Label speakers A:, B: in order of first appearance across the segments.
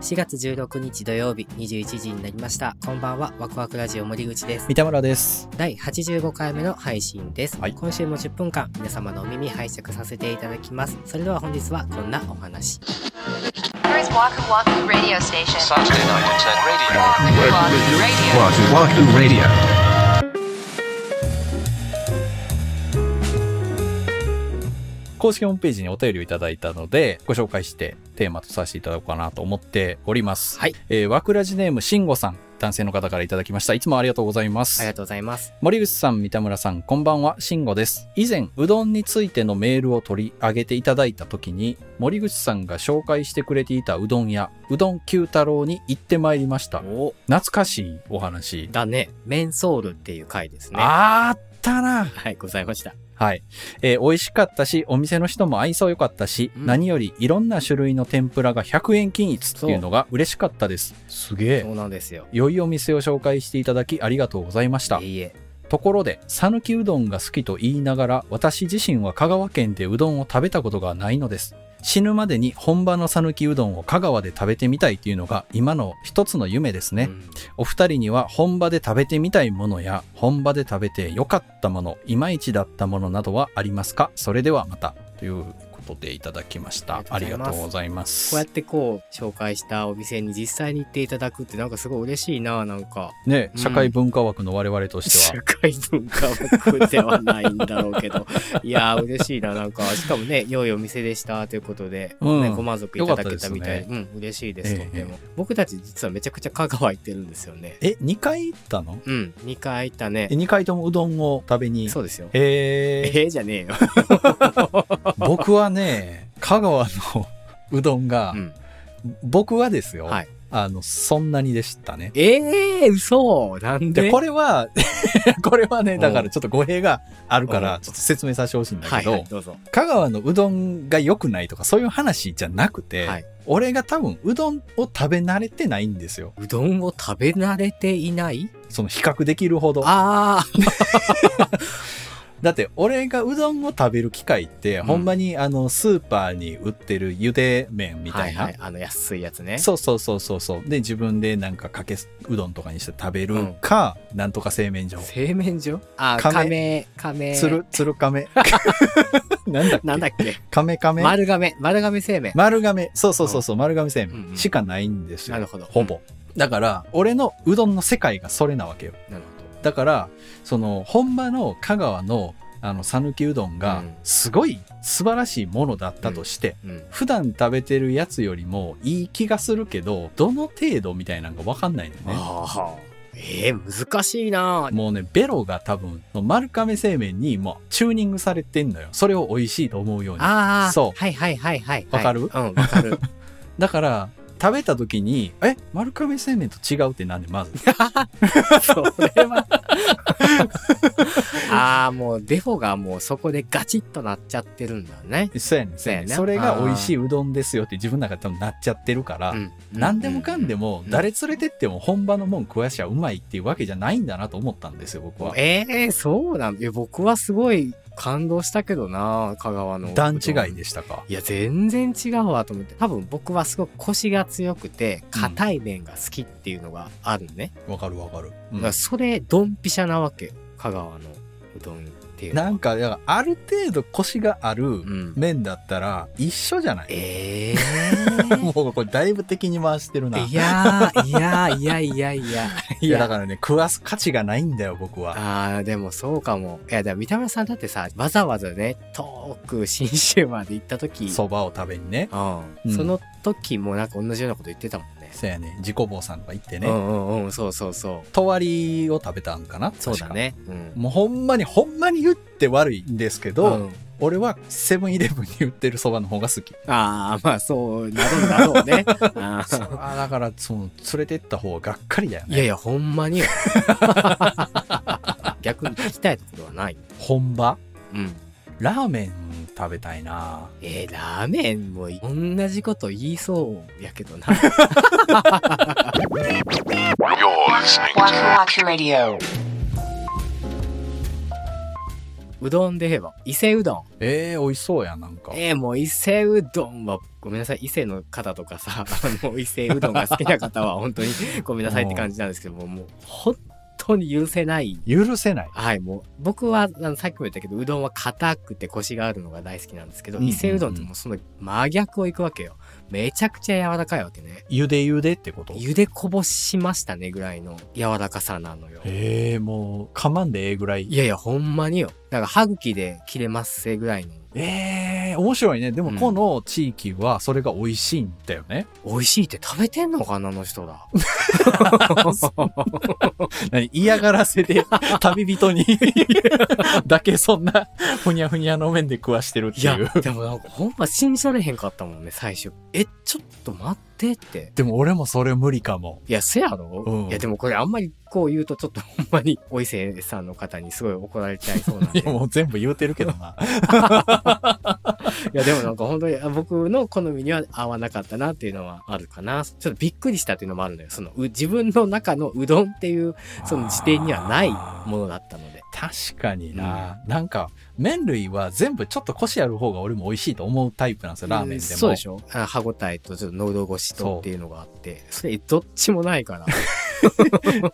A: 4月16日土曜日21時になりました。こんばんは、ワクワクラジオ森口です。
B: 三田村です。
A: 第85回目の配信です、
B: はい
A: 今週も10分間皆様のお耳拝借させていただきます。それでは本日はこんなお話。
C: First Waku Waku Radio Station.
D: Saturday night at radio.
C: Waku Waku Radio.
D: Waku Waku Radio.
B: 公式ホームページにお便りをいただいたので、ご紹介してテーマとさせていただこうかなと思っております。
A: はい。
B: えー、わくらじネーム、しんごさん。男性の方からいただきました。いつもありがとうございま
A: あり
B: す
A: が。とうございます。
B: 森口さん、三田村さん、こんばんは、しんごです。以前、うどんについてのメールを取り上げていただいた時に、森口さんが紹介してくれていたうどん屋、うどん九太郎に行ってまいりました。
A: お
B: 懐かしいお話。
A: だね。メンソールっていう回ですね。
B: あったな。
A: はい、ございました。
B: はい。えー美味しかったし、お店の人も愛想良かったし、
A: うん
B: 何よりいろんな種類の天ぷらが100円均一っていうのが嬉しかったです。すげ
A: そ。うなんですよ。
B: 良いお店を紹介していただきありがとうございました。
A: いいえ。
B: ところで、讃岐うどんが好きと言いながら、私自身は香川県でうどんを食べたことがないのです。死ぬまでに本場の讃岐うどんを香川で食べてみたいというのが今の一つの夢です
A: う
B: ね。
A: ん
B: お二人には本場で食べてみたいものや本場で食べて良かったものいまいちだったものなどはありますかそれではまたということでいただきましたあ
A: あり
B: り
A: が
B: が
A: と
B: と
A: う
B: う
A: ご
B: ございます
A: こうやってこう、紹介したお店に実際に行っていただくってなんかすごい嬉しいな、なんか。
B: ね
A: うん
B: 社会文化枠の我々として
A: 社
B: は、
A: 会文化枠ではないんだろうけ どいやー嬉しいななんかしかもね良いお店でしたということで、
B: うん
A: ね、ご満足いただけたみたい
B: よかったです
A: うん嬉しいです、
B: ええ
A: とっても僕たち実はめちゃくちゃ香川行ってるんですよね
B: え2回行ったの
A: うん2回行ったね
B: え2回ともうどんを食べに
A: そうですよえ
B: へえ
A: えじゃねえよ、
B: 僕はね香川の うどんが、
A: うん、
B: 僕はですよ、
A: はい
B: あのそんなにでしたね
A: ええ嘘なんで
B: でこれは これはねだか
A: うん
B: らちょっと語弊があるか
A: う
B: ら
A: ん
B: ちょっと説明させてほしいんだ
A: は
B: け
A: い、
B: ど、
A: はい、どうぞ
B: 香川のうどんが良くないとかそういう話じゃなくて、
A: はい
B: 俺が多分うどんを食べ慣れてないんですよ
A: うどんを食べ慣れていない
B: その比較できるほど
A: ああ
B: だって俺がうどんを食べる機会って、
A: ん
B: ほんまにあのスーパーに売ってる茹で麺みたいな、
A: はいはい、あの安いやつね
B: そうそうそうそうそうで自分でなんかかけうどんとかにして食べるか、なんとか製麺所
A: 製麺所あー
B: 亀
A: 亀亀
B: つるつる かめなんだっけ
A: なんだっけ
B: かめかめ
A: 丸亀丸亀製麺
B: 丸亀そうそうそうそう、丸亀製
A: うんうん
B: 麺しかないんですよ、
A: なるほど
B: ほぼだから俺のうどんの世界がそれなわけよ
A: なるほど
B: だからその本場の香川のあの讃岐うどん
A: う
B: が
A: ん
B: すごい素晴らしいものだったとして、
A: うん、
B: 普段食べてるやつよりもいい気がするけどどの程度みたいなのが分かんないんだよね
A: ああえー、難しいな
B: もうねベロが多分丸亀製麺にもうチューニングされてんのよそれを美味しいと思うように
A: ああ
B: そう
A: はいはいはいはい
B: わかる
A: はいうんわかる
B: だから食べた時に「え丸亀製麺と違う」ってなんで まず
A: それはああもうデフォがもうそこでガチッとなっちゃってるんだね
B: そうやねんそうやねん
A: そうや
B: それ
A: な
B: が美味しいうどんですよって自分の中で多分なっちゃってるから、
A: うん
B: 何でもかんでも
A: うん
B: 誰連れてっても本場のもん食わしゃうまいっていうわけじゃないんだなと思ったんですよ僕は。
A: ええー、そうなんだ僕はすごい感動したけどな香川の
B: 段違いでしたか
A: いや全然違うわと思って多分僕はすごく腰が強くて硬い麺が好きっていうのがあるのね、
B: わかるわかる、う
A: だ
B: ん
A: からそれドンピシャなわけよ香川のうどんっていうのは
B: なんかだからある程度コシがある
A: うん
B: 麺だったら一緒じゃない、
A: ええ
B: もうこれだいぶ敵に回してるない
A: やーいやーいやいやいや
B: いやだからね食わす価値がないんだよ僕は
A: あーでもそうかもいやでも三田村さんだってさわざわざね遠く信州まで行った時
B: そばを食べにね
A: う、
B: うんん
A: その時もなんか同じようなこと言ってたもんね
B: そうやね自己坊さんとか行ってね、
A: うんうんうんそうそうそう
B: とわりを食べたんかな
A: そうだ
B: 確か
A: ねうん
B: もうほんまにほんまに言って悪いんですけど、
A: ん
B: 俺はセブンイレブンに売ってるそばの方が好き。
A: ああ、まあそうなるんだろう ね。あ
B: それ
A: ー
B: はだから、その、連れてった方ががっかりだよ
A: いや
B: ね。
A: いや、ほんまに よ。逆に聞きたいところはない。
B: 本場
A: うん。
B: ラーメン食べたいな
A: えー、ラーメンも同じこと言いそうやけど な。
C: Waku Waku Radio.
A: うどんで言えば、伊勢うどん。
B: えー、美味しそうや、なんか。
A: えー、もう伊勢うどんは、ごめんなさい、伊勢の方とか さ、あの、伊勢うどんが好きな方は、本当にごめんなさいって感じなんですけども、もう、本当に許せない。
B: 許せない。
A: はい、もう、僕は、あのさっきも言ったけど、うどんは硬くてコシがあるのが大好きなんですけど、
B: うんうんうん
A: 伊勢うどんってもうその真逆をいくわけよ。めちゃくちゃ柔らかいわけね。
B: ゆでゆでってこと
A: 茹でこぼしましたねぐらいの柔らかさなのよ。
B: えー、もう、かまんでええぐらい。
A: いやいや、ほんまによ。だから、歯茎で切れますせぐらいの。
B: えー、面白いね。でも、
A: うん
B: この地域はそれが美味しいんだよね。
A: 美味しいって食べてんのかな、あの人ら。
B: 何 嫌がらせで旅人 にだけそんなふにゃふにゃの麺で食わしてるって
A: いや
B: いう。、
A: でもなんか、ほんま信じられへんかったもんね、最初。え、ちょっと待ってって。
B: でも俺もそれ無理かも。
A: いや、せやろ、
B: うん
A: いや、でもこれあんまりこう言うと、ちょっとほんまに、お伊勢さんの方にすごい怒られちゃいそうなん
B: い
A: で。
B: や、もう全部言うてるけどな。
A: いやでもなんか本当にあ僕の好みには合わなかったなっていうのはあるかな。ちょっとびっくりしたっていうのもあるのよ。そのう自分の中のうどんっていうその時点にはないものだったので。
B: 確かにな、なんか麺類は全部ちょっとコシある方が俺も美味しいと思うタイプなんですよラーメンでも、
A: そうでしょあ歯ごたえとちょっと喉越し
B: そう
A: とっていうのがあって、それどっちもないから。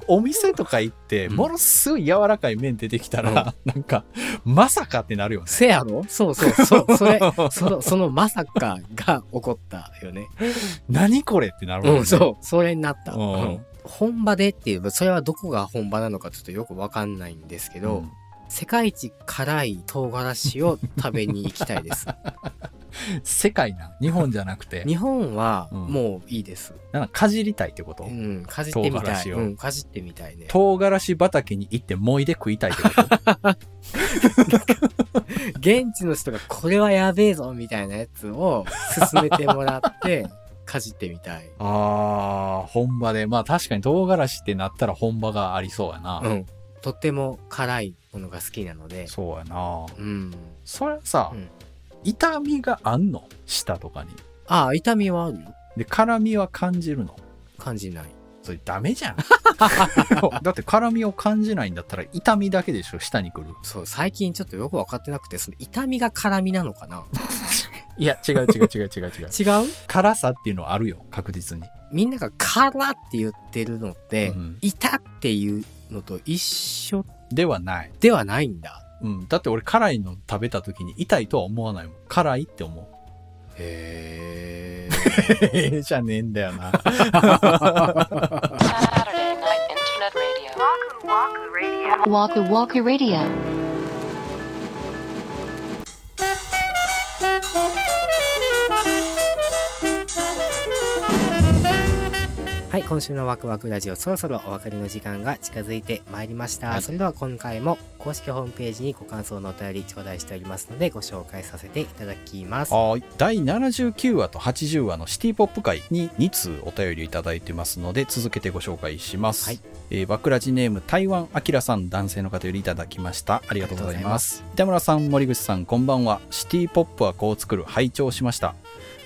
B: お店とか行って
A: うん
B: ものすごい柔らかい麺出てきたら、なんかまさかってなるよね
A: せやろそうそうそう。それ、その、そのまさかが起こったよね。
B: 何これってなるもんね、
A: うん、そう。それになった。
B: うん
A: うん本場でっていう、それはどこが本場なのかちょっとよくわかんないんですけ
B: う
A: ど、
B: ん
A: 世界一辛い唐辛子を食べに行きたい です。
B: 世界な日本じゃなくて
A: 日本は
B: うん
A: もういいです。
B: なんかかじりたいってこと、
A: うん、かじってみ
B: 唐辛
A: たい。
B: 子を
A: うん、かじってみたいね。
B: 唐辛子畑に行ってもいで食いたいってこと
A: 現地の人がこれはやべえぞみたいなやつを勧めてもら って、かじってみたい。
B: あー本場でまあ確かに唐辛子ってなったら本場がありそうやな、
A: うん。とっても辛いものが好きなので、
B: そうやな
A: うん。
B: それはさ、
A: うん
B: 痛みがあんの舌とかに
A: ああ、痛みはある
B: で辛みは感じるの
A: 感じない。
B: それダメ じゃんだって辛みを感じないんだったら痛みだけでしょ舌にくる
A: そう、最近ちょっとよく分かってなくて、その痛みが辛みなのかない
B: や違う違う違う違う 違う
A: 違う
B: 辛さっていうのはあるよ確実に
A: みんなが辛って言ってるのって、
B: うん
A: 痛っていうのと一緒
B: ではない、
A: ではないんだ。
B: うん、だって俺辛いの食べた時に痛いとは思わないもん辛いって思う
A: へ
B: ええじゃねえんだよ な
E: Saturday Night Internet Radio.
C: Waku Waku Radio.
A: はい、今週のワクワクラジオ、そろそろお別れの時間が近づいてまいりました。
B: はい
A: それでは今回も公式ホームページにご感想のお便り頂戴しておりますので、ご紹介させていただきます。
B: はーい第79話と80話のシティポップ会に2通お便りいただいてますので続けてご紹介します、
A: はい
B: えーバクラジネーム台湾あきらさん男性の方よりいただきましたありがとうございます北村さん森口さんこんばんはシティポップはこう作る拝聴しました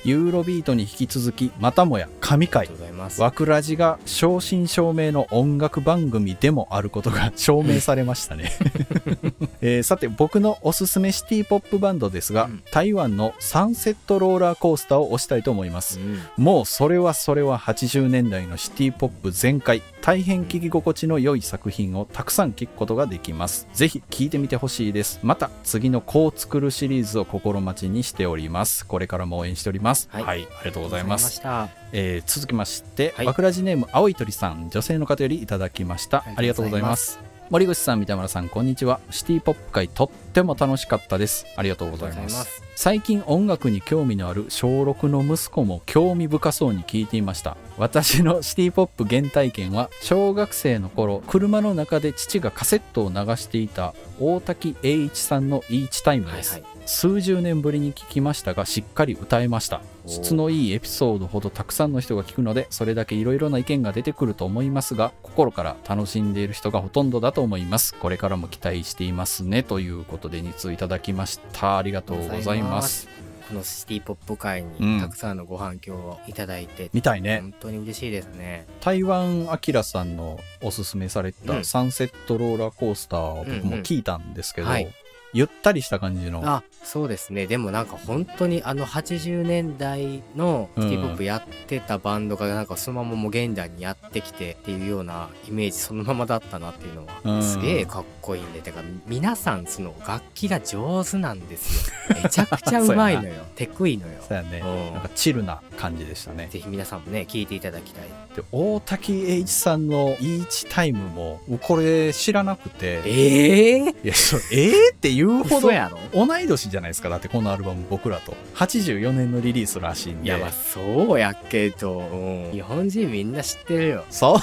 B: ユーロビートに引き続きまたもや神
A: ありが
B: 回
A: とうございます。
B: ワクラジが正真正銘の音楽番組でもあることが証明されました ね、えーさて僕のおすすめシティポップバンドですが、
A: うん
B: 台湾のサンセットローラーコースターを推したいと思います、
A: うん
B: もうそれはそれは80年代のシティポップ全開大変聴き心地の良い作品をたくさん聴くことができますぜひ聴いてみてほしいですまた次の「こう作る」シリーズを心待ちにしておりますこれからも応援しております
A: はい
B: はい、ありがとうございます
A: あ
B: えー続きまして、
A: はい
B: バクラジネーム青い鳥さん女性の方よりいただきましたあ
A: ありが
B: りが
A: と
B: とう
A: う
B: ご
A: ござ
B: ざい
A: い
B: ま
A: ます
B: 森口さん三田村さんこんにちはシティポップ界とっても楽しかったですありがとうござい
A: あ
B: ま
A: りが
B: す
A: とうございます
B: 最近音楽に興味のある小6の息子も興味深そうに聞いていました私のシティポップ原体験は小学生の頃車の中で父がカセットを流していた大滝栄一さんの「イーチタイム」
A: りがとうござい
B: で
A: ます。
B: す
A: はいはい。
B: 数十年ぶりに聞きましたがしっかり歌えました
A: おー
B: 質のいいエピソードほどたくさんの人が聞くのでそれだけいろいろな意見が出てくると思いますが心から楽しんでいる人がほとんどだと思いますこれからも期待していますねということで2通いただきましたありがとうございます
A: このシティポップ界
B: うん
A: にたくさんのご反響をいただいて、
B: みたいね
A: 本当に嬉しいですね。
B: 台湾アキラさんのおすすめされ
A: う
B: た
A: ん
B: サンセットローラーコースターを僕も聞いたんですけど、
A: うんうんはい
B: ゆったりした感じの。
A: あそうですねでもなんか本当にあの80年代の
B: うん
A: k p o p やってたバンドがなんかそのままもう現代にやってきてっていうようなイメージそのままだったなっていうのは、
B: うん
A: すげえかっこいいんでてか皆さんその楽器が上手なんですよめちゃくちゃうまいのよ テクイのよ
B: そうやね。
A: うん
B: なんかチルな感じでしたね。
A: ぜひ皆さんもね聞いていただきたい
B: で、大滝栄一さんのイーチタイムも、もうこれ知らなくて、
A: ええ
B: いや、そうえーって言うほ
A: 嘘
B: ど、
A: やろ
B: 同い年じゃないですか。だってこのアルバム僕らと。84年のリリースらしいん
A: い
B: で。
A: やまあそうやけど、うん日本人みんな知ってる よ
B: そん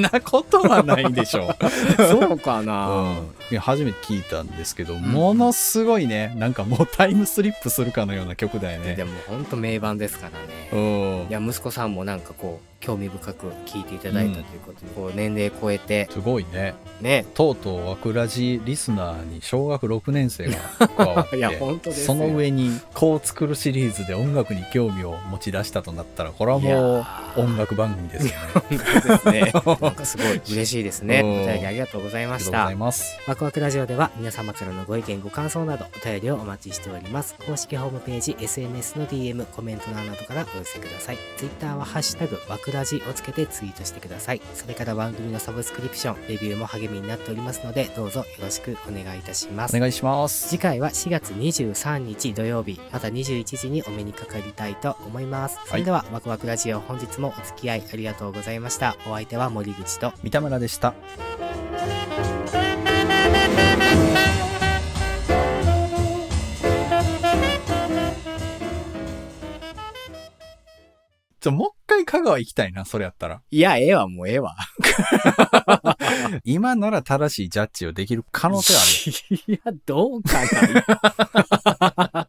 B: なことはないでしょう。
A: そうかな、
B: うん、いや初めて聞いたんですけど、
A: ん
B: ものすごいねなんかもうタイムスリップするかのような曲だよ
A: で
B: ね。
A: もほんと名盤ですからね、
B: うん
A: いや息子さんもなんかこう興味深く聞いていただいたということで、こう年齢超えて
B: すごいね
A: ね
B: とうとうわくらじリスナーに小学6年生が加わっ て
A: いや本当ですよ
B: その上に「こう作る」シリーズで音楽に興味を持ち出したとなったらこれはい
A: や
B: もう音楽番組です よね。あ
A: 本当ですね なんかすごい嬉しいですね
B: うん
A: お便りありがとうございま
B: りがと
A: し
B: うござ
A: た
B: います。
A: ワクワクラジオでは皆様からのご意見ご感想などお便りをお待ちしております公式ホームページ SNS の DM コメント欄などからお寄せください Twitter は「ハッシュタグワクラジ」をつけてツイートしてくださいそれから番組のサブスクリプションレビューも励みになっておりますのでどうぞよろしくお願いいたします
B: お願いします。
A: 次回は4月23日土曜日また21時にお目にかかりたいと思いますそれでは、ワクワクラジオ本日もお付き合いありがとうございましたお相手は森口と
B: 三田村でした。ちょ、もう一回香川行きたいな、それやったら。
A: いやええわもうええわ
B: 今なら正しいジャッジをできる可能性ある。
A: いやどうかな